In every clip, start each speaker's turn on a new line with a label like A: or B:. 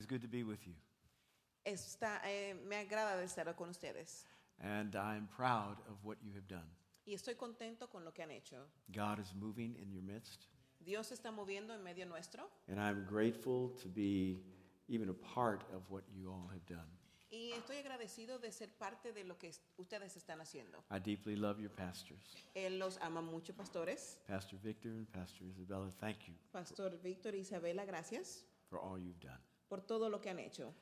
A: It's good to be with you.
B: Está, eh, me agrada de estar con ustedes
A: And I'm proud of what you have done.
B: y estoy contento con lo que han hecho.
A: God is moving in your midst.
B: Dios se está moviendo en medio nuestro
A: And I'm grateful to be even a part of what you all have done.
B: y estoy agradecido de ser parte de lo que es- ustedes están haciendo.
A: I deeply love your pastors,
B: Él los ama mucho, pastores.
A: Pastor Victor and Pastor Isabella. Thank you
B: Pastor Víctor e Isabela, gracias
A: for all you've done.
B: por todo lo que han hecho.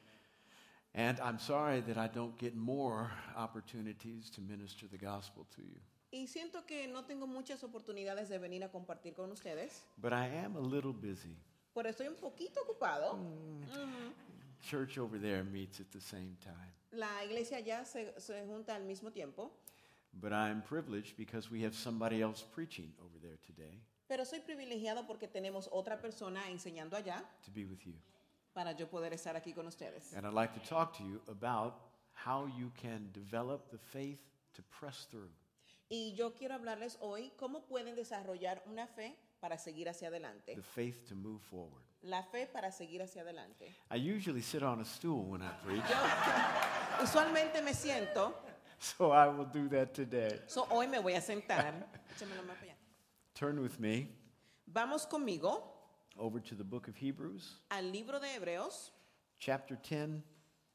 A: And I'm sorry that I don't get more opportunities to minister the gospel to you.
B: Y siento que no tengo muchas oportunidades de venir a compartir con ustedes,
A: But I am a little busy.
B: pero estoy un poquito ocupado.
A: Church over there meets at the same time.
B: La iglesia ya se, se junta al mismo tiempo,
A: But I'm privileged because we have somebody else preaching over there today
B: pero soy privilegiado porque tenemos otra persona enseñando allá.
A: to be with you.
B: para yo poder estar aquí con ustedes.
A: And I'd like to talk to you about how you can develop the faith to press through.
B: Y yo quiero hablarles hoy cómo pueden desarrollar una fe para seguir hacia adelante.
A: the faith to move forward.
B: La fe para seguir hacia adelante.
A: I usually sit on a stool when I preach,
B: Usualmente me siento,
A: so I will do that today.
B: so hoy me voy a sentar. Échamelo más para allá.
A: Turn with me
B: Vamos conmigo
A: over to the book of Hebrews,
B: al libro de Hebreos,
A: chapter 10,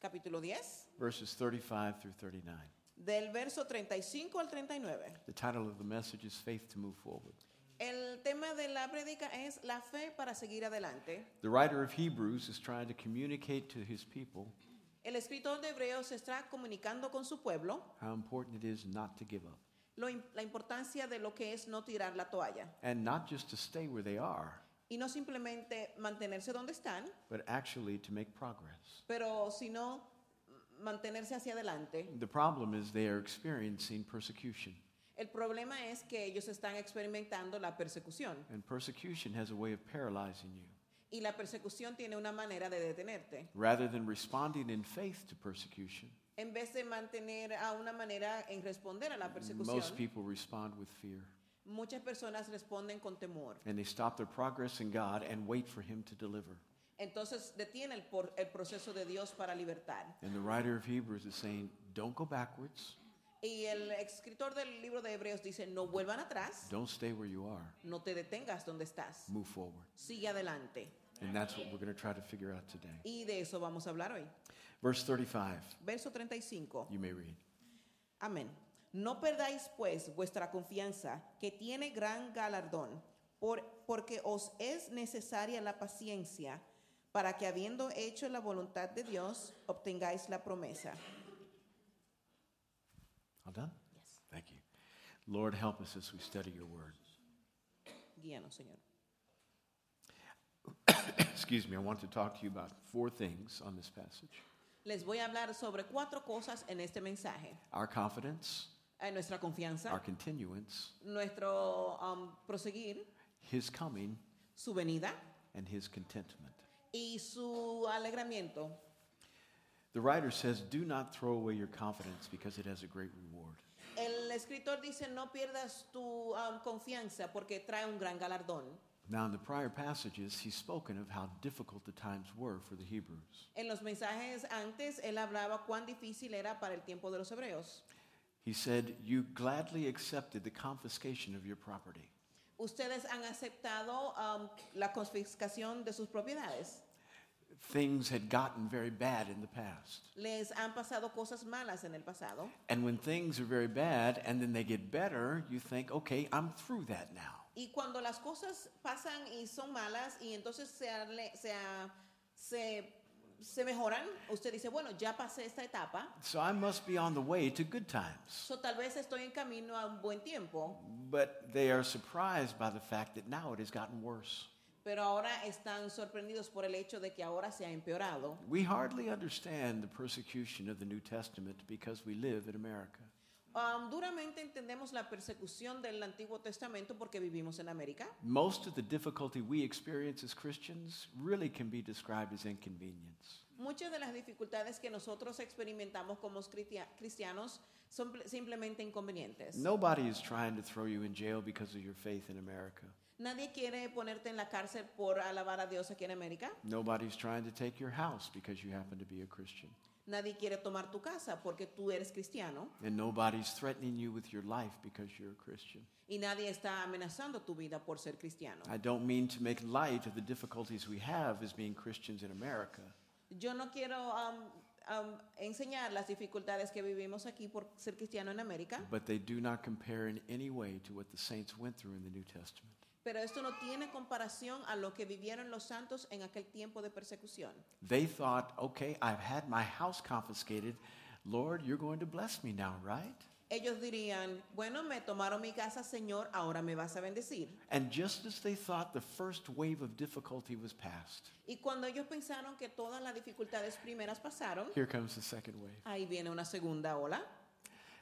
B: capítulo 10,
A: verses 35 through 39.
B: del verso 35 al 39.
A: The title of the message is Faith to Move Forward.
B: El tema de la prédica es la fe para seguir adelante.
A: The writer of Hebrews is trying to communicate to his people
B: El escritor de Hebreos está comunicando con su pueblo
A: how important it is not to give up
B: lo im- la importancia de lo que es no tirar la toalla.
A: and not just to stay where they are,
B: Y no simplemente mantenerse donde están,
A: but actually to make progress.
B: pero sino mantenerse hacia adelante.
A: The problem is they are experiencing persecution,
B: El problema es que ellos están experimentando la persecución
A: and persecution has a way of paralyzing you.
B: y la persecución tiene una manera de detenerte.
A: Rather than responding in faith to persecution,
B: En vez de mantener a una manera en responder a la
A: most
B: persecución,
A: people respond with fear
B: muchas personas responden con temor.
A: and they stop their progress in God and wait for Him to deliver.
B: Entonces detiene el, por- el proceso de Dios para libertar.
A: And the writer of Hebrews is saying, don't go backwards,
B: Y el escritor del libro de Hebreos dice, no vuelvan atrás,
A: don't stay where you are,
B: no te detengas donde estás,
A: move forward.
B: sigue adelante.
A: And that's what we're going to try to figure out today.
B: Y de eso vamos a hablar hoy.
A: Verse 35,
B: Verso 35.
A: you may read.
B: Amén. No perdáis pues vuestra confianza, que tiene gran galardón, por- porque os es necesaria la paciencia para que habiendo hecho la voluntad de Dios, obtengáis la promesa.
A: All done? Yes. Thank you. Lord, help us as we study your word.
B: Guíanos, Señor.
A: Excuse me, I want to talk to you about four things on this passage
B: Les voy a hablar sobre cuatro cosas en este mensaje.
A: our confidence,
B: Eh, nuestra confianza,
A: our continuance,
B: nuestro um, proseguir,
A: his coming,
B: su venida
A: and his contentment.
B: y su alegramiento.
A: The writer says, Do not throw away your confidence because it has a great reward.
B: El escritor dice, no pierdas tu um, confianza porque trae un gran galardón.
A: Now, in the prior passages, he's spoken of how difficult the times were for the Hebrews.
B: En los mensajes antes, él hablaba cuán difícil era para el tiempo de los hebreos.
A: He said, You gladly accepted the confiscation of your property.
B: Ustedes han aceptado um, la confiscación de sus propiedades.
A: Things had gotten very bad in the past.
B: Les han pasado cosas malas en el pasado.
A: And when things are very bad and then they get better, you think, Okay, I'm through that now.
B: Y cuando las cosas pasan y son malas y entonces se, ale- se, a- se- se mejoran, usted dice, bueno, ya pasé esta etapa.
A: So I must be on the way to good times.
B: So, tal vez estoy en camino a un buen tiempo.
A: But they are surprised by the fact that now it has gotten worse.
B: pero ahora están sorprendidos por el hecho de que ahora se ha empeorado.
A: We hardly understand the persecution of the New Testament because we live in America.
B: Um, duramente entendemos la persecución del Antiguo Testamento porque vivimos en América.
A: Most of the difficulty we experience as Christians really can be described as inconvenience.
B: Muchas de las dificultades que nosotros experimentamos como cristia- cristianos son pl- simplemente inconvenientes.
A: Nobody is trying to throw you in jail because of your faith in America.
B: Nadie quiere ponerte en la cárcel por alabar a Dios aquí en América.
A: Nobody's trying to take your house because you happen to be a Christian.
B: Nadie quiere tomar tu casa porque tú eres cristiano.
A: And nobody's threatening you with your life because you're a Christian.
B: Y nadie está amenazando tu vida por ser cristiano.
A: I don't mean to make light of the difficulties we have as being Christians in America,
B: Yo no quiero um, um, enseñar las dificultades que vivimos aquí por ser cristiano en América,
A: but they do not compare in any way to what the saints went through in the New Testament.
B: pero esto no tiene comparación a lo que vivieron los santos en aquel tiempo de persecución.
A: They thought, okay, I've had my house confiscated. Lord, you're going to bless me now, right?
B: Ellos dirían, bueno, me tomaron mi casa, Señor, ahora me vas a bendecir.
A: And just as they thought the first wave of difficulty was past,
B: Y cuando ellos pensaron que todas las dificultades primeras pasaron,
A: here comes the second wave.
B: ahí viene una segunda ola.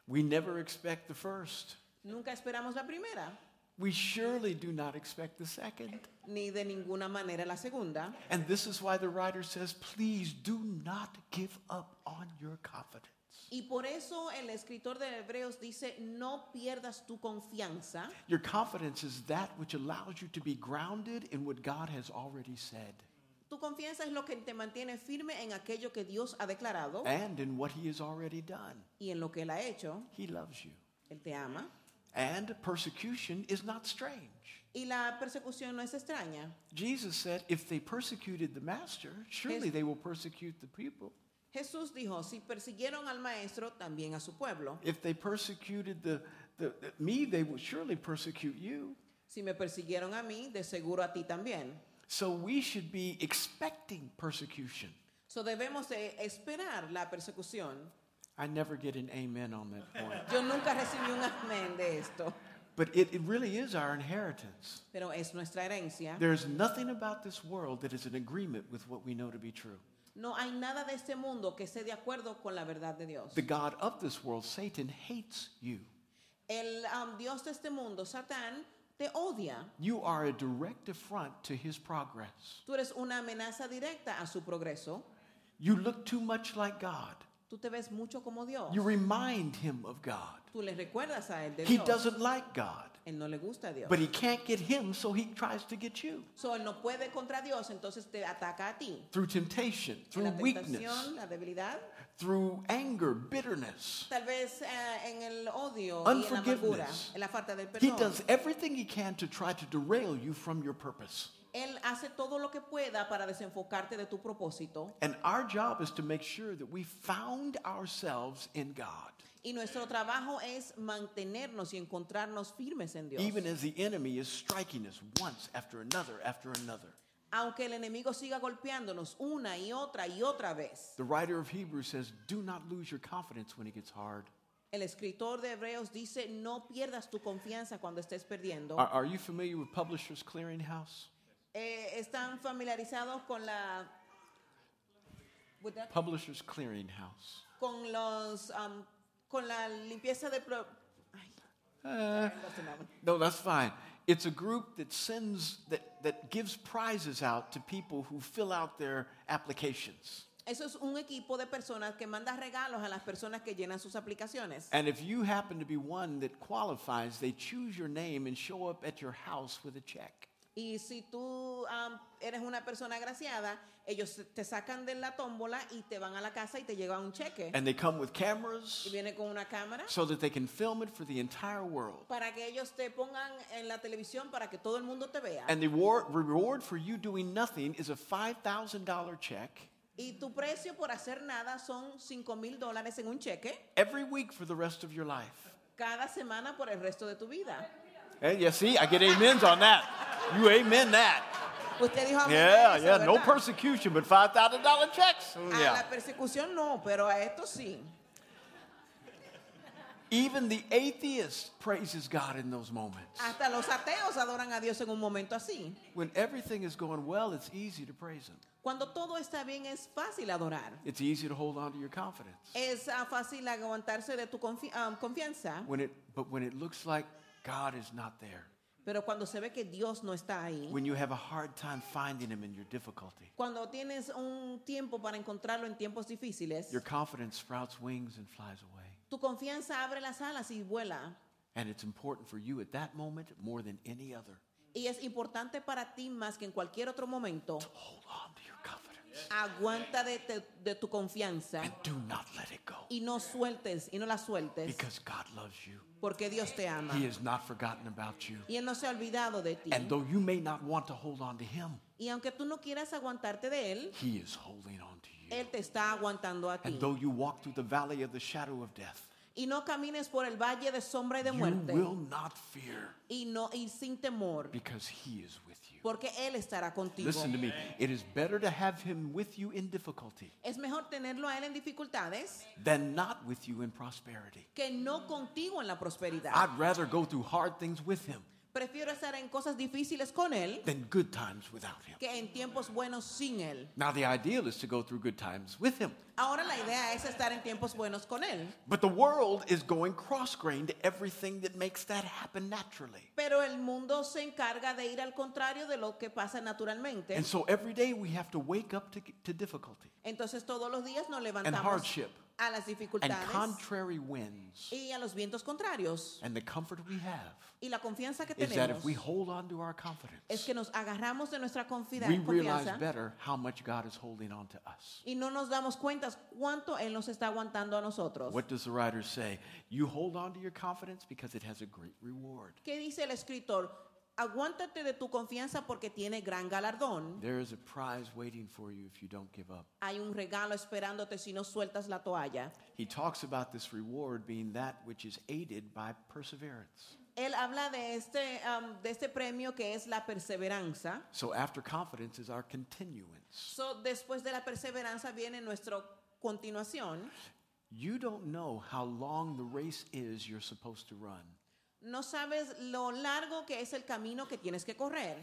A: We never expect the first.
B: Nunca esperamos la primera,
A: We surely do not expect the second.
B: ni de ninguna manera la segunda.
A: And this is why the writer says, please do not give up on your confidence.
B: Y por eso el escritor de Hebreos dice, no pierdas tu confianza.
A: Your confidence is that which allows you to be grounded in what God has already said
B: Tu confianza es lo que te mantiene firme en aquello que Dios ha declarado
A: and in what He has already done.
B: y en lo que Él ha hecho.
A: He loves you.
B: Él te ama.
A: And persecution is not strange.
B: Y la persecución no es extraña.
A: Jesus said, if they persecuted the master, surely
B: Yes.
A: they will persecute the people.
B: Jesús dijo, si persiguieron al maestro, también a su pueblo.
A: If they persecuted the, the, the- me, they will surely persecute you.
B: Si me persiguieron a mí, de seguro a ti también.
A: So we should be expecting persecution.
B: So debemos de esperar la persecución.
A: I never get an amen on that point.
B: Yo nunca recibí un amén de esto,
A: But it, it really is our inheritance.
B: pero es nuestra herencia.
A: There's nothing about this world that is in agreement with what we know to be true.
B: No hay nada de este mundo que esté de acuerdo con la verdad de Dios.
A: The God of this world, Satan, hates you.
B: El um, Dios de este mundo, Satán, te odia.
A: You are a direct affront to his progress.
B: Tú eres una amenaza directa a su progreso.
A: You look too much like God.
B: Tú te ves mucho como Dios.
A: You remind him of God.
B: Tú le recuerdas a él de
A: He
B: Dios.
A: doesn't like God,
B: Él no le gusta a Dios.
A: but he can't get him, so he tries to get you
B: So, él no puede contra Dios, entonces te ataca a ti.
A: through temptation,
B: En
A: through
B: la
A: weakness,
B: tentación, la debilidad,
A: through anger, bitterness.
B: tal vez eh, en el odio y en la amargura,
A: Unforgiveness.
B: en la falta del
A: He
B: perdón.
A: does everything he can to try to derail you from your purpose.
B: Él hace todo lo que pueda para desenfocarte de tu propósito.
A: And our job is to make sure that we found ourselves in God,
B: Y nuestro trabajo es mantenernos y encontrarnos firmes en Dios.
A: even as the enemy is striking us once after another after another.
B: Aunque el enemigo siga golpeándonos una y otra y otra vez.
A: The writer of Hebrews says, Do not lose your confidence when it gets hard.
B: El escritor de Hebreos dice, no pierdas tu confianza cuando estés perdiendo.
A: Are, are you familiar with Publishers Clearinghouse?
B: Eh, ¿Están familiarizados con la... with that-
A: Publishers Clearinghouse.
B: con los... um, con la limpieza de... pro- ay,
A: Uh,
B: no se me abre.
A: no, that's fine. It's a group that sends, that, that gives prizes out to people who fill out their applications.
B: Eso es un equipo de personas que manda regalos a las personas que llenan sus aplicaciones.
A: And if you happen to be one that qualifies, they choose your name and show up at your house with a check.
B: Y si tú um, eres una persona agraciada, ellos te sacan de la tómbola y te van a la casa y te llevan un cheque.
A: And they come with
B: Y
A: cameras
B: viene con una cámara
A: so that they can film it for the entire world.
B: para que ellos te pongan en la televisión para que todo el mundo te vea.
A: And the war- reward for you doing nothing is a $5,000 check
B: Y tu precio por hacer nada son 5 mil dólares en un cheque
A: every week for the rest of your life.
B: cada semana por el resto de tu vida.
A: And you see, I get amens on that. You amen that.
B: Usted dijo, amén a
A: Yeah,
B: eso,
A: yeah, no
B: ¿verdad?
A: persecution, but $5,000 checks. Mm,
B: A
A: Yeah.
B: la persecución no, pero a esto sí.
A: Even the atheist praises God in those moments.
B: Hasta los ateos adoran a Dios en un momento así.
A: When everything is going well, it's easy to praise Him.
B: Cuando todo está bien es fácil adorar.
A: It's easy to hold on to your confidence.
B: Es ah, fácil aguantarse de tu confi- ah, confianza,
A: When it, but when it looks like God is not there,
B: pero cuando se ve que Dios no está ahí,
A: when you have a hard time finding Him in your difficulty,
B: cuando tienes un tiempo para encontrarlo en tiempos difíciles,
A: your confidence sprouts wings and flies away.
B: tu confianza abre las alas y vuela.
A: And it's important for you at that moment more than any other.
B: Y es importante para ti más que en cualquier otro momento.
A: Hold on to your confidence
B: Aguanta de, te- de tu confianza
A: and do not let it go
B: y no sueltes y no la sueltes
A: because God loves you.
B: porque Dios te ama.
A: He has not forgotten about you.
B: Y Él no se ha olvidado de ti.
A: And though you may not want to hold on to Him,
B: Y aunque tú no quieras aguantarte de Él,
A: He is holding on to you.
B: Él te está aguantando a ti.
A: And though you walk through the valley of the shadow of death,
B: Y no camines por el valle de sombra y de
A: you
B: muerte
A: will not fear
B: y no y sin temor,
A: because He is with you.
B: porque Él estará contigo.
A: Listen to me. It is better to have Him with you in difficulty
B: Es mejor tenerlo a Él en dificultades
A: than not with you in prosperity.
B: que no contigo en la prosperidad.
A: I'd rather go through hard things with Him
B: Prefiero estar en cosas difíciles con Él
A: than good times without Him.
B: que en tiempos buenos sin Él.
A: Now, the ideal is to go through good times with Him.
B: Ahora la idea es estar en tiempos buenos con Él.
A: But the world is going cross grained to everything that makes that happen naturally.
B: Pero el mundo se encarga de ir al contrario de lo que pasa naturalmente.
A: And so every day we have to wake up to, to difficulty
B: Entonces todos los días nos
A: and
B: levantamos
A: hardship
B: a las
A: and
B: dificultades
A: contrary winds.
B: y a los vientos contrarios.
A: And the comfort we have
B: Y la confianza que
A: is that if we
B: tenemos
A: hold on to our
B: es
A: confidence,
B: que nos agarramos de nuestra confida-
A: we realize
B: confianza
A: better how much God is holding on to us.
B: y no nos damos cuenta cuánto Él nos está aguantando a nosotros.
A: What does the writer say? You hold on to your confidence because it has a great reward.
B: ¿Qué dice el escritor? Aguántate de tu confianza porque tiene gran galardón.
A: There is a prize waiting for you if you don't give up.
B: Hay un regalo esperándote si no sueltas la toalla.
A: He talks about this reward being that which is aided by perseverance.
B: Él habla de este, am, de este premio que es la perseveranza.
A: So after confidence is our continuance.
B: So, después de la perseveranza viene nuestra continuación.
A: You don't know how long the race is you're supposed to run.
B: No sabes lo largo que es el camino que tienes que correr.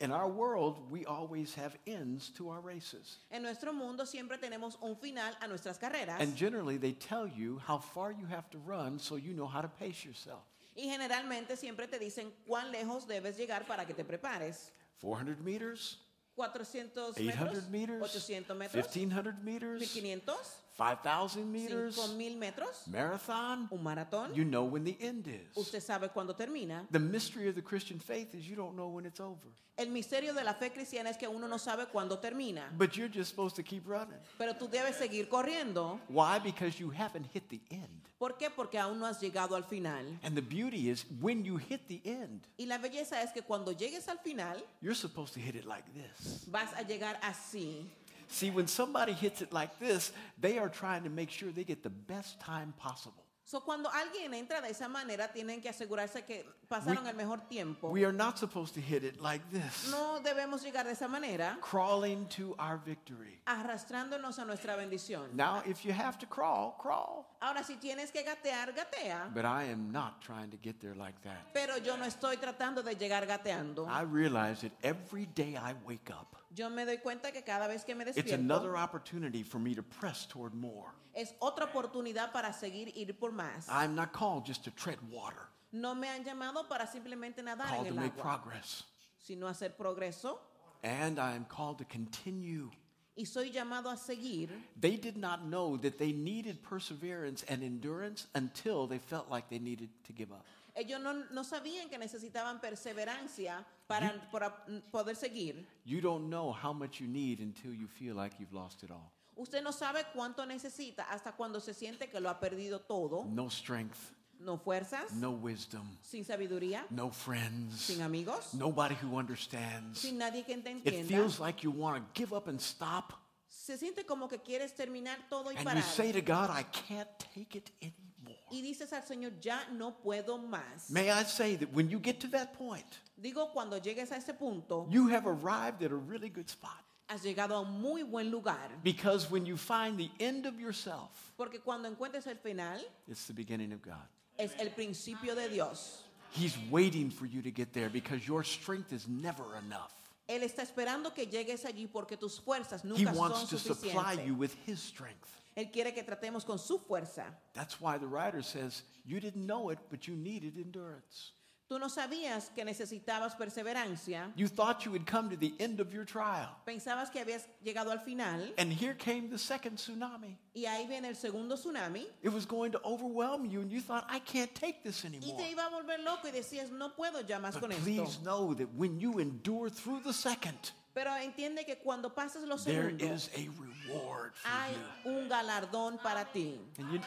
A: In our world, we always have ends to our races.
B: En nuestro mundo siempre tenemos un final a nuestras carreras
A: And generally, they tell you how far you have to run so you know how to pace yourself.
B: y generalmente siempre te dicen cuán lejos debes llegar para que te prepares.
A: 400 metros,
B: 400
A: 800
B: metros,
A: meters,
B: 800 metros,
A: 1500 meters,
B: 1500,
A: 5000 meters,
B: 5000 metros,
A: marathon.
B: un maratón.
A: You know when the end is.
B: Usted sabe cuándo termina.
A: The mystery of the Christian faith is you don't know when it's over,
B: El misterio de la fe cristiana es que uno no sabe cuándo termina,
A: but you're just supposed to keep running.
B: pero tú debes seguir corriendo.
A: Why? Because you haven't hit the end.
B: ¿Por qué? Porque aún no has llegado al final.
A: And the beauty is when you hit the end,
B: Y la belleza es que cuando llegues al final,
A: you're supposed to hit it like this.
B: vas a llegar así.
A: See, when somebody hits it like this, they are trying to make sure they get the best time possible.
B: So, cuando alguien entra de esa manera, tienen que asegurarse que pasaron el mejor tiempo.
A: We are not supposed to hit it like this,
B: No debemos llegar de esa manera,
A: crawling to our victory.
B: arrastrándonos a nuestra bendición.
A: Now, if you have to crawl, crawl.
B: Ahora, si tienes que gatear, gatea.
A: But I am not trying to get there like that.
B: Pero yo no estoy tratando de llegar gateando.
A: I realize that every day I wake up,
B: Yo me doy cuenta que cada vez que me
A: it's another
B: despierto,
A: opportunity for me to press toward more.
B: es otra oportunidad para seguir ir por más.
A: I'm not called just to tread water,
B: No me han llamado para simplemente nadar en
A: called to
B: el
A: make
B: agua,
A: progress.
B: sino hacer progreso.
A: And I am called to continue.
B: Y soy llamado a seguir.
A: They did not know that they needed perseverance and endurance until they felt like they needed to give up.
B: Ellos no, no sabían que necesitaban perseverancia para, para, mm, poder seguir.
A: You don't know how much you need until you feel like you've lost it all.
B: Usted no sabe cuánto necesita hasta cuando se siente que lo ha perdido todo.
A: No strength,
B: No fuerzas,
A: no wisdom,
B: sin sabiduría,
A: no friends,
B: sin amigos,
A: nobody who understands.
B: sin nadie que te
A: It
B: entienda.
A: feels like you want to give up and stop.
B: Se siente como que quieres terminar todo y
A: And you
B: parar.
A: say to God, I can't take it anymore.
B: Y dices al Señor, ya no puedo más.
A: May I say that when you get to that point,
B: Digo, cuando llegues a ese punto,
A: you have arrived at a really good spot.
B: has llegado a un muy buen lugar.
A: Because when you find the end of yourself,
B: Porque cuando encuentres el final,
A: it's the beginning of God.
B: es el principio de Dios.
A: He's waiting for you to get there because your strength is never enough.
B: Él está esperando que llegues allí porque tus fuerzas
A: He
B: nunca
A: wants
B: son
A: to supply
B: suficientes.
A: you with His strength.
B: Él quiere que tratemos con su fuerza.
A: That's why the writer says, You didn't know it, but you needed endurance.
B: Tú no sabías que necesitabas perseverancia.
A: You thought you had come to the end of your trial.
B: Pensabas que habías llegado al final.
A: And here came the second tsunami.
B: Y ahí viene el segundo tsunami.
A: It was going to overwhelm you, and you thought, I can't take this
B: Y
A: anymore.
B: te iba a volver loco y decías, no puedo ya más
A: But
B: con esto.
A: please know that when you endure through the second,
B: Pero entiende que cuando pasas los
A: there
B: segundos,
A: is a reward for
B: hay
A: you.
B: un galardón para ti.
A: And, you,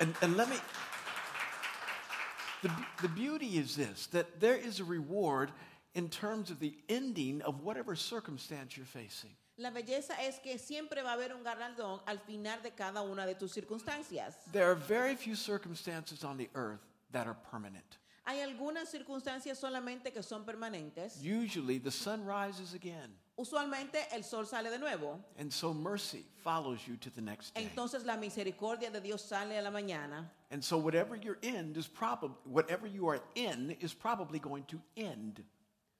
A: and, and let me. The, the beauty is this that there is a reward in terms of the ending of whatever circumstance you're facing.
B: La belleza es que siempre va a haber un galardón al final de cada una de tus circunstancias.
A: There are very few circumstances on the earth that are permanent.
B: Hay algunas circunstancias solamente que son permanentes.
A: Usually the sun rises again,
B: Usualmente el sol sale de nuevo.
A: and so mercy follows you to the next day.
B: Entonces la misericordia de Dios sale a la mañana.
A: And so whatever your end is probably whatever you are in is probably going to end.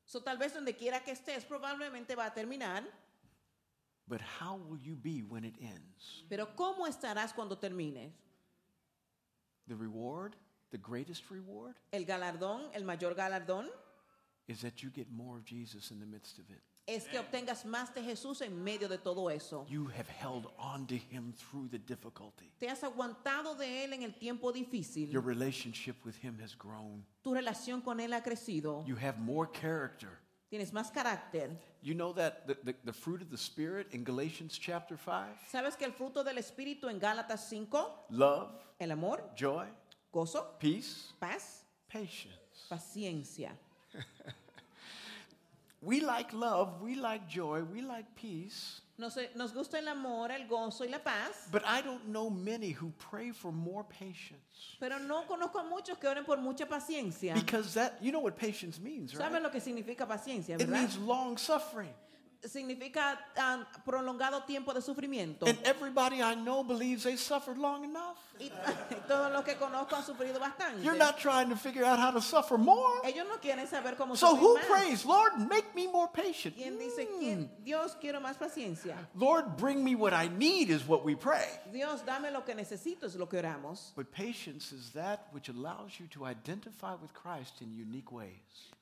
B: So, tal vez donde quiera que estés, probablemente va a terminar.
A: But how will you be when it ends?
B: Pero ¿cómo estarás cuando termines?
A: The reward, the greatest reward
B: El galardón, el mayor galardón,
A: is that you get more of Jesus in the midst of it.
B: es que obtengas más de Jesús en medio de todo eso.
A: You have held on to him through the difficulty.
B: Te has aguantado de Él en el tiempo
A: Your
B: difícil.
A: relationship with him has grown.
B: Tu relación con Él ha crecido.
A: You have more character.
B: Tienes más carácter.
A: You know that the, the, the fruit of the Spirit in Galatians chapter 5
B: ¿Sabes que el fruto del Espíritu en Gálatas 5?
A: love,
B: El amor,
A: joy,
B: gozo,
A: peace,
B: paz,
A: patience.
B: paciencia.
A: We like love, we like joy, we like peace,
B: Nos, nos gusta el amor, el gozo y la paz,
A: but I don't know many who pray for more patience.
B: pero no conozco a muchos que oren por mucha paciencia.
A: Because that, you know what patience means,
B: ¿Sabes
A: right?
B: lo que significa paciencia,
A: It
B: verdad?
A: means long suffering.
B: Significa ah, prolongado tiempo de sufrimiento.
A: And everybody I know believes they suffered long enough.
B: Y todos los que conozco han sufrido bastante.
A: You're not trying to figure out how to suffer more.
B: Ellos no quieren saber cómo
A: So
B: sufrir
A: who
B: más.
A: prays, Lord, make me more patient?
B: ¿Quién dice,
A: Mm.
B: ¿quién? Dios, quiero más paciencia.
A: Lord, bring me what I need is what we pray.
B: Dios, dame lo que necesito, es lo que oramos.
A: But patience is that which allows you to identify with Christ in unique ways.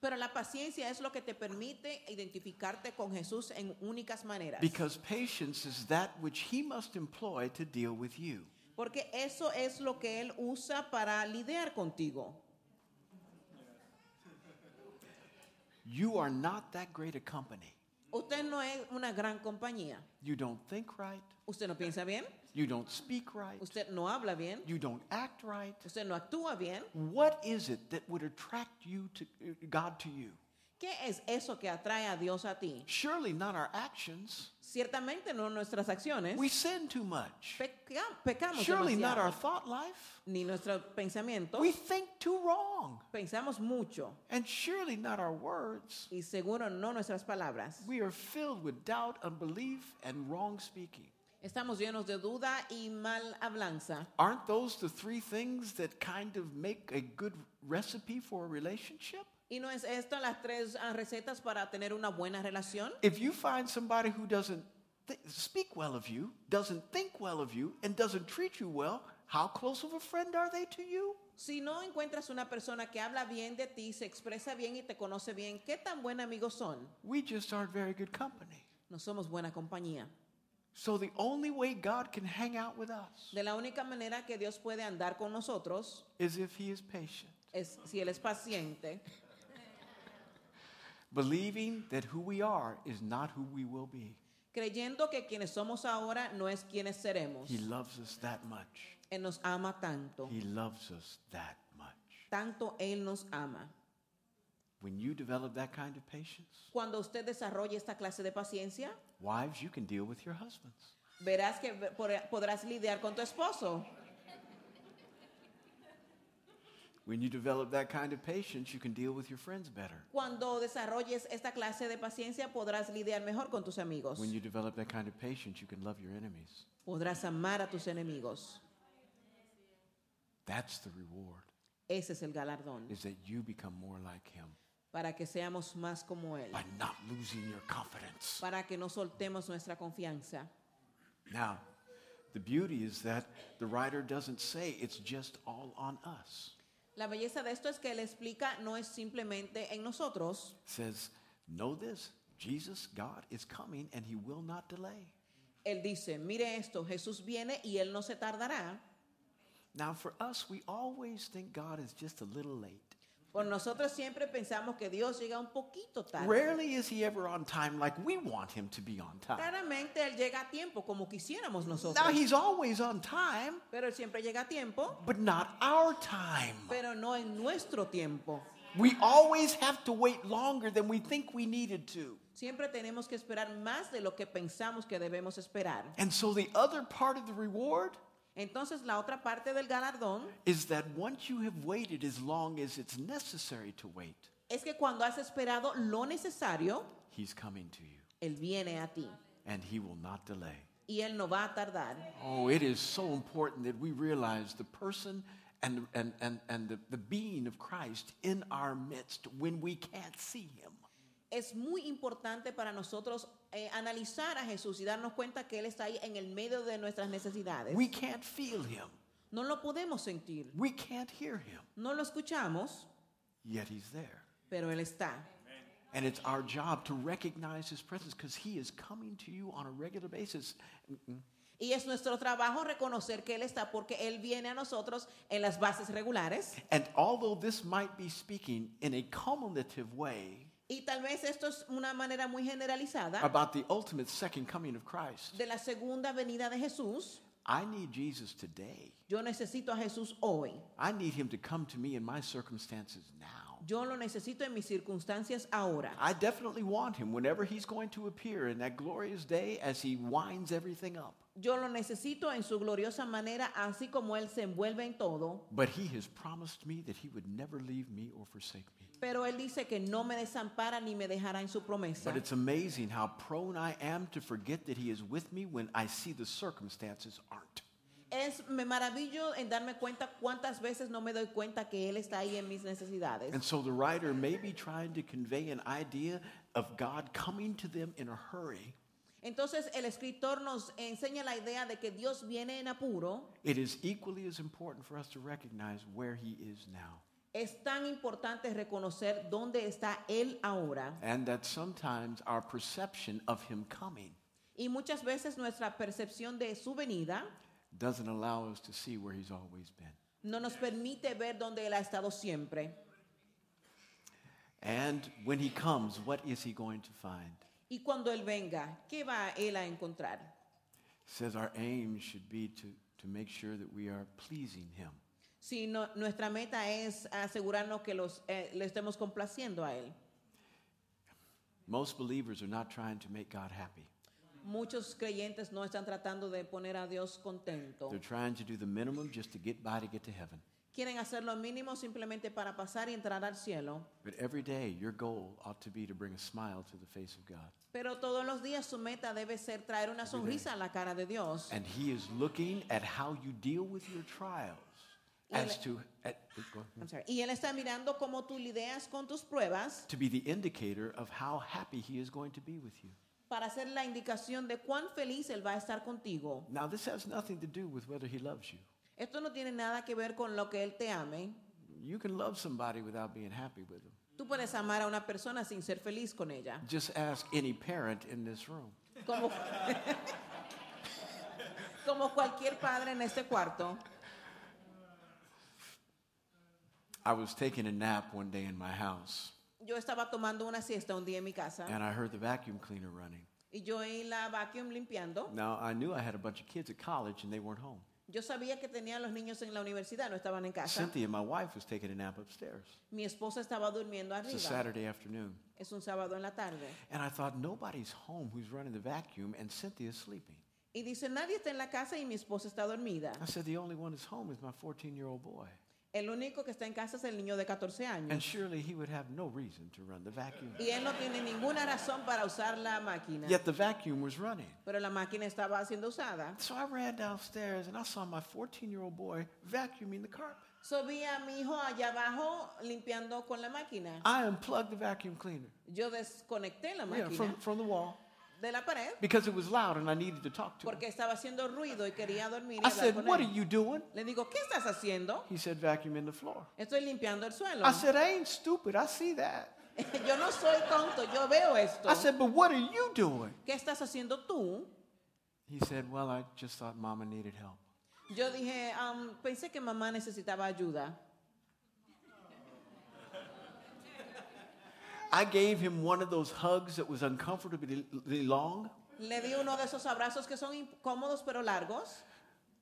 B: Pero la paciencia es lo que te permite identificarte con Jesús en únicas maneras.
A: Because patience is that which he must employ to deal with you.
B: Porque eso es lo que Él usa para lidiar contigo.
A: You are not that great a company.
B: Usted no es una gran compañía.
A: You don't think right.
B: Usted no piensa bien,
A: You don't speak right.
B: usted no habla bien,
A: You don't act right.
B: usted no actúa bien.
A: What is it that would attract you to uh, God to you?
B: ¿Qué es eso que atrae a Dios a ti?
A: Surely not our actions.
B: Ciertamente no nuestras acciones.
A: We sin too much.
B: Peca- pecamos
A: Surely not our
B: demasiado.
A: thought life.
B: ni nuestro pensamiento.
A: We think too wrong.
B: Pensamos mucho
A: And surely not our words.
B: y seguro no nuestras palabras.
A: We are filled with doubt, unbelief, and wrong speaking.
B: Estamos llenos de duda y mal hablanza.
A: Aren't those the three things that kind of make a good recipe for a relationship?
B: ¿Y no es esto las tres ah, recetas para tener una buena relación?
A: If you find somebody who doesn't th- speak well of you, doesn't think well of you, and doesn't treat you well, how close of a friend are they to you?
B: Si no encuentras una persona que habla bien de ti, se expresa bien y te conoce bien, ¿qué tan buen amigos son?
A: We just aren't very good company.
B: No somos buena compañía.
A: So the only way God can hang out with us
B: De la única manera que Dios puede andar con nosotros
A: is if He is patient,
B: es si Él es paciente,
A: believing that who we are is not who we will be.
B: creyendo que quienes somos ahora no es quienes seremos.
A: He loves us that much.
B: Él nos ama tanto,
A: He loves us that much.
B: tanto Él nos ama.
A: When you develop that kind of patience,
B: Cuando usted desarrolle esta clase de paciencia,
A: wives, you can deal with your husbands.
B: verás que ve- por- podrás lidiar con tu esposo.
A: When you develop that kind of patience, you can deal with your friends better.
B: Cuando desarrolles esta clase de paciencia, podrás lidiar mejor con tus amigos.
A: When you develop that kind of patience, you can love your enemies.
B: Podrás amar a tus enemigos.
A: That's the reward,
B: Ese es el galardón,
A: is that you become more like him
B: para que seamos más como Él,
A: by not losing your confidence.
B: para que no soltemos nuestra confianza.
A: Now, the beauty is that the writer doesn't say it's just all on us.
B: La belleza de esto es que él explica no es simplemente en nosotros.
A: says, Know this Jesus, God, is coming and he will not delay.
B: Él dice, mire esto, Jesús viene y él no se tardará.
A: Now, for us, we always think God is just a little late.
B: Por nosotros siempre pensamos que Dios llega un poquito tarde.
A: Rarely is he ever on time like we want him to be on time.
B: Raramente él llega a tiempo como quisiéramos nosotros.
A: Now, he's always on time,
B: Pero él siempre llega a tiempo,
A: but not our time.
B: pero no en nuestro tiempo.
A: We always have to wait longer than we think we needed to.
B: Siempre tenemos que esperar más de lo que pensamos que debemos esperar.
A: And so, the other part of the reward
B: Entonces la otra parte del galardón
A: is that once you have waited as long as it's necessary to wait,
B: es que cuando has esperado lo necesario,
A: he's coming to you
B: Él viene a ti
A: and he will not delay.
B: y Él no va a tardar.
A: Oh, it is so important that we realize the person and, and, and, and the, the being of Christ in our midst when we can't see him.
B: Es muy importante para nosotros eh, analizar a Jesús y darnos cuenta que Él está ahí en el medio de nuestras necesidades.
A: We can't feel him.
B: No lo podemos sentir,
A: We can't hear him.
B: no lo escuchamos,
A: Yet he's there.
B: pero Él está.
A: And it's our job to recognize his presence because he is coming to you on a regular basis. Mm-mm.
B: Y es nuestro trabajo reconocer que Él está porque Él viene a nosotros en las bases regulares.
A: And although this might be speaking in a cumulative way
B: Y tal vez esto es una manera muy generalizada
A: about the ultimate second coming of Christ,
B: de la segunda venida de Jesús.
A: I need Jesus today.
B: Yo necesito a Jesús hoy.
A: I need him to come to me in my circumstances now.
B: Yo lo necesito en mis circunstancias ahora.
A: I definitely want him whenever he's going to appear in that glorious day as he winds everything up.
B: Yo lo necesito en su gloriosa manera, así como Él se envuelve en todo.
A: But he has promised me that he would never leave me or forsake me.
B: Pero Él dice que no me desampara ni me dejará en su promesa.
A: But it's amazing how prone I am to forget that he is with me when I see the circumstances aren't.
B: Es, me maravillo en darme cuenta cuántas veces no me doy cuenta que Él está ahí en mis necesidades.
A: And so the writer may be trying to convey an idea of God coming to them in a hurry.
B: Entonces el escritor nos enseña la idea de que Dios viene en apuro.
A: It is equally as important for us to recognize where he is now.
B: Es tan importante reconocer dónde está Él ahora.
A: And that sometimes our perception of him coming
B: Y muchas veces nuestra percepción de su venida
A: doesn't allow us to see where he's always been.
B: no nos permite ver dónde Él ha estado siempre.
A: And when he comes, what is he going to find?
B: Y cuando Él venga, ¿qué va Él a encontrar?
A: says our aim should be to, to make sure that we are pleasing him.
B: Si no- nuestra meta es asegurarnos que los, eh, le estemos complaciendo a Él.
A: Most believers are not trying to make God happy.
B: Muchos creyentes no están tratando de poner a Dios contento.
A: They're trying to do the minimum just to get by to get to heaven.
B: Quieren hacer lo mínimo simplemente para pasar y entrar al cielo.
A: But every day, your goal ought to be to bring a smile to the face of God.
B: Pero todos los días su meta debe ser traer una sonrisa a la cara de Dios.
A: And he is looking at how you deal with your trials as to, at, oh, go ahead.
B: I'm sorry. Y Él está mirando cómo tú lidias con tus pruebas
A: to be the indicator of how happy he is going to be with you.
B: para hacer la indicación de cuán feliz Él va a estar contigo.
A: Now, this has nothing to do with whether he loves you.
B: Esto no tiene nada que ver con lo que Él te ame.
A: You can love somebody without being happy with them.
B: Tú puedes amar a una persona sin ser feliz con ella.
A: Just ask any parent in this room.
B: Como, como cualquier padre en este cuarto.
A: I was taking a nap one day in my house,
B: Yo estaba tomando una siesta un día en mi casa
A: and I heard the vacuum cleaner running.
B: y yo en la vacuum limpiando.
A: Now, I knew I had a bunch of kids at college, and they weren't home.
B: Yo sabía que tenía a los niños en la universidad, no estaban en casa.
A: Cynthia, my wife, was taking a nap upstairs.
B: Mi esposa estaba durmiendo
A: It's a
B: arriba.
A: Saturday afternoon.
B: Es un sábado en la tarde.
A: And I thought, nobody's home who's running the vacuum, and Cynthia's sleeping.
B: Y dice, nadie está en la casa y mi esposa está dormida.
A: I said, the only one that's home is my 14 year old boy.
B: El único que está en casa es el niño de 14
A: And
B: años.
A: surely he would have no reason to run the vacuum.
B: Y él no tiene ninguna razón para usar la máquina.
A: Yet the vacuum was running.
B: Pero la máquina estaba siendo usada.
A: So I ran downstairs and I saw my 14 year old boy vacuuming the carpet.
B: So vi a mi hijo allá abajo limpiando con la máquina.
A: I unplugged the vacuum cleaner
B: Yo desconecté la
A: yeah,
B: máquina
A: from, from the wall.
B: de la pared
A: because it was loud and I needed to talk to him.
B: porque estaba haciendo ruido y quería dormir. y
A: I
B: hablar
A: said,
B: con
A: What are
B: él.
A: you doing?
B: Le digo, ¿qué estás haciendo?
A: He said, Vacuuming the floor.
B: Estoy limpiando el suelo.
A: I said, I ain't stupid. I see that.
B: yo no soy tonto, yo veo esto.
A: I said, But what are you doing?
B: ¿Qué estás haciendo tú?
A: He said, Well, I just thought mama needed help.
B: Yo dije, "Am, pensé que mamá necesitaba ayuda.
A: I gave him one of those hugs that was uncomfortably long,
B: Le di uno de esos abrazos que son incómodos pero largos.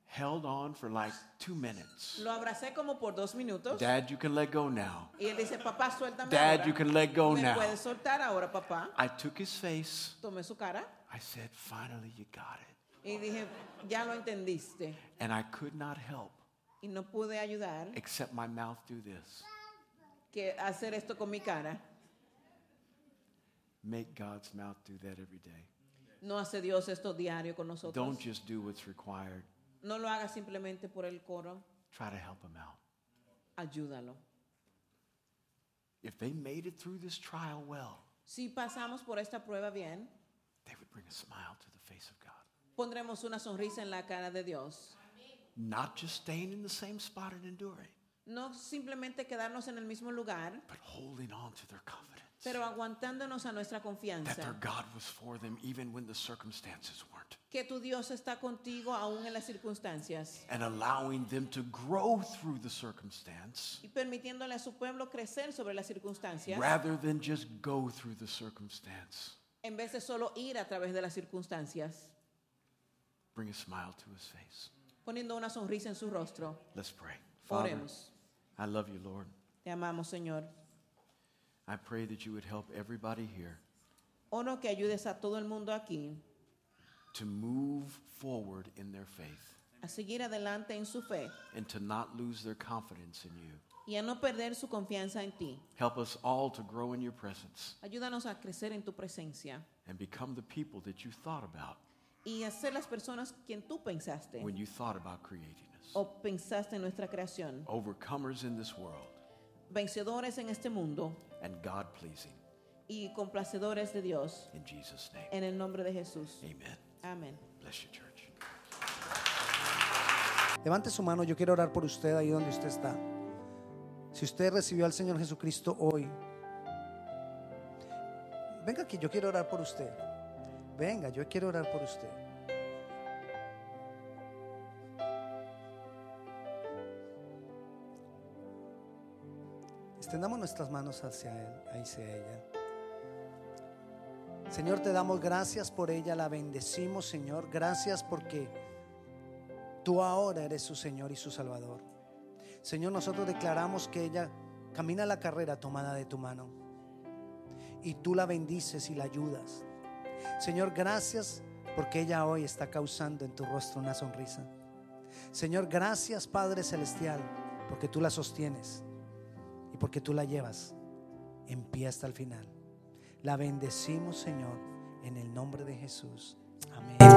A: held on for like two minutes.
B: Lo abracé como por dos minutos.
A: Dad, you can let go now.
B: y él dice, papá, suéltame
A: Dad,
B: ahora.
A: you can let go
B: Me
A: now.
B: puedes soltar ahora, papá.
A: I took his face.
B: Tomé su cara
A: I said, Finally, you got it.
B: y dije, ya lo entendiste.
A: And I could not help
B: Y no pude ayudar
A: except my mouth do this.
B: que hacer esto con mi cara.
A: Make God's mouth do that every day.
B: No hace Dios esto diario con nosotros.
A: Don't just do what's required.
B: No lo haga simplemente por el coro.
A: Try to help him out.
B: Ayúdalo.
A: If they made it through this trial well,
B: Si pasamos por esta prueba bien,
A: they would bring a smile to the face of God.
B: pondremos una sonrisa en la cara de Dios.
A: Not just staying in the same spot and enduring,
B: No simplemente quedarnos en el mismo lugar,
A: but holding on to their confidence.
B: pero aguantándonos a nuestra
A: that their
B: confianza.
A: God was for them even when the circumstances weren't,
B: Que tu Dios está contigo aún en las circunstancias
A: and allowing them to grow through the circumstance
B: y permitiéndole a su pueblo crecer sobre las circunstancias
A: rather than just go through the circumstance.
B: en vez de solo ir a través de las circunstancias,
A: Bring a smile to his face.
B: poniendo una sonrisa en su rostro.
A: Let's pray. Father,
B: Oremos.
A: I love you, Lord.
B: Te amamos, Señor.
A: I pray that you would help everybody here
B: Oro Oh, que ayudes a todo el mundo aquí
A: to move forward in their faith
B: a seguir adelante en su fe
A: and to not lose their confidence in you.
B: y a no perder su confianza en ti.
A: Help us all to grow in your presence
B: Ayúdanos a crecer en tu presencia
A: and become the people that you thought about
B: y a ser las personas quien tú pensaste
A: when you thought about creating us.
B: o pensaste en nuestra creación.
A: Overcomers in this world
B: Vencedores en este mundo
A: and God pleasing.
B: y complacedores de Dios.
A: In Jesus' name.
B: En el nombre de Jesús.
A: Amen.
B: Amén.
A: Bless you, church.
C: Levante su mano, yo quiero orar por usted ahí donde usted está. Si usted recibió al Señor Jesucristo hoy, venga aquí, yo quiero orar por usted. Venga, yo quiero orar por usted. Extendamos nuestras manos hacia Él, hacia ella. Señor, te damos gracias por ella, la bendecimos, Señor. Gracias porque... Tú ahora eres su Señor y su Salvador. Señor, nosotros declaramos que ella camina la carrera tomada de tu mano. Y tú la bendices y la ayudas. Señor, gracias porque ella hoy está causando en tu rostro una sonrisa. Señor, gracias Padre Celestial porque tú la sostienes y porque tú la llevas en pie hasta el final. La bendecimos, Señor, en el nombre de Jesús. Amén.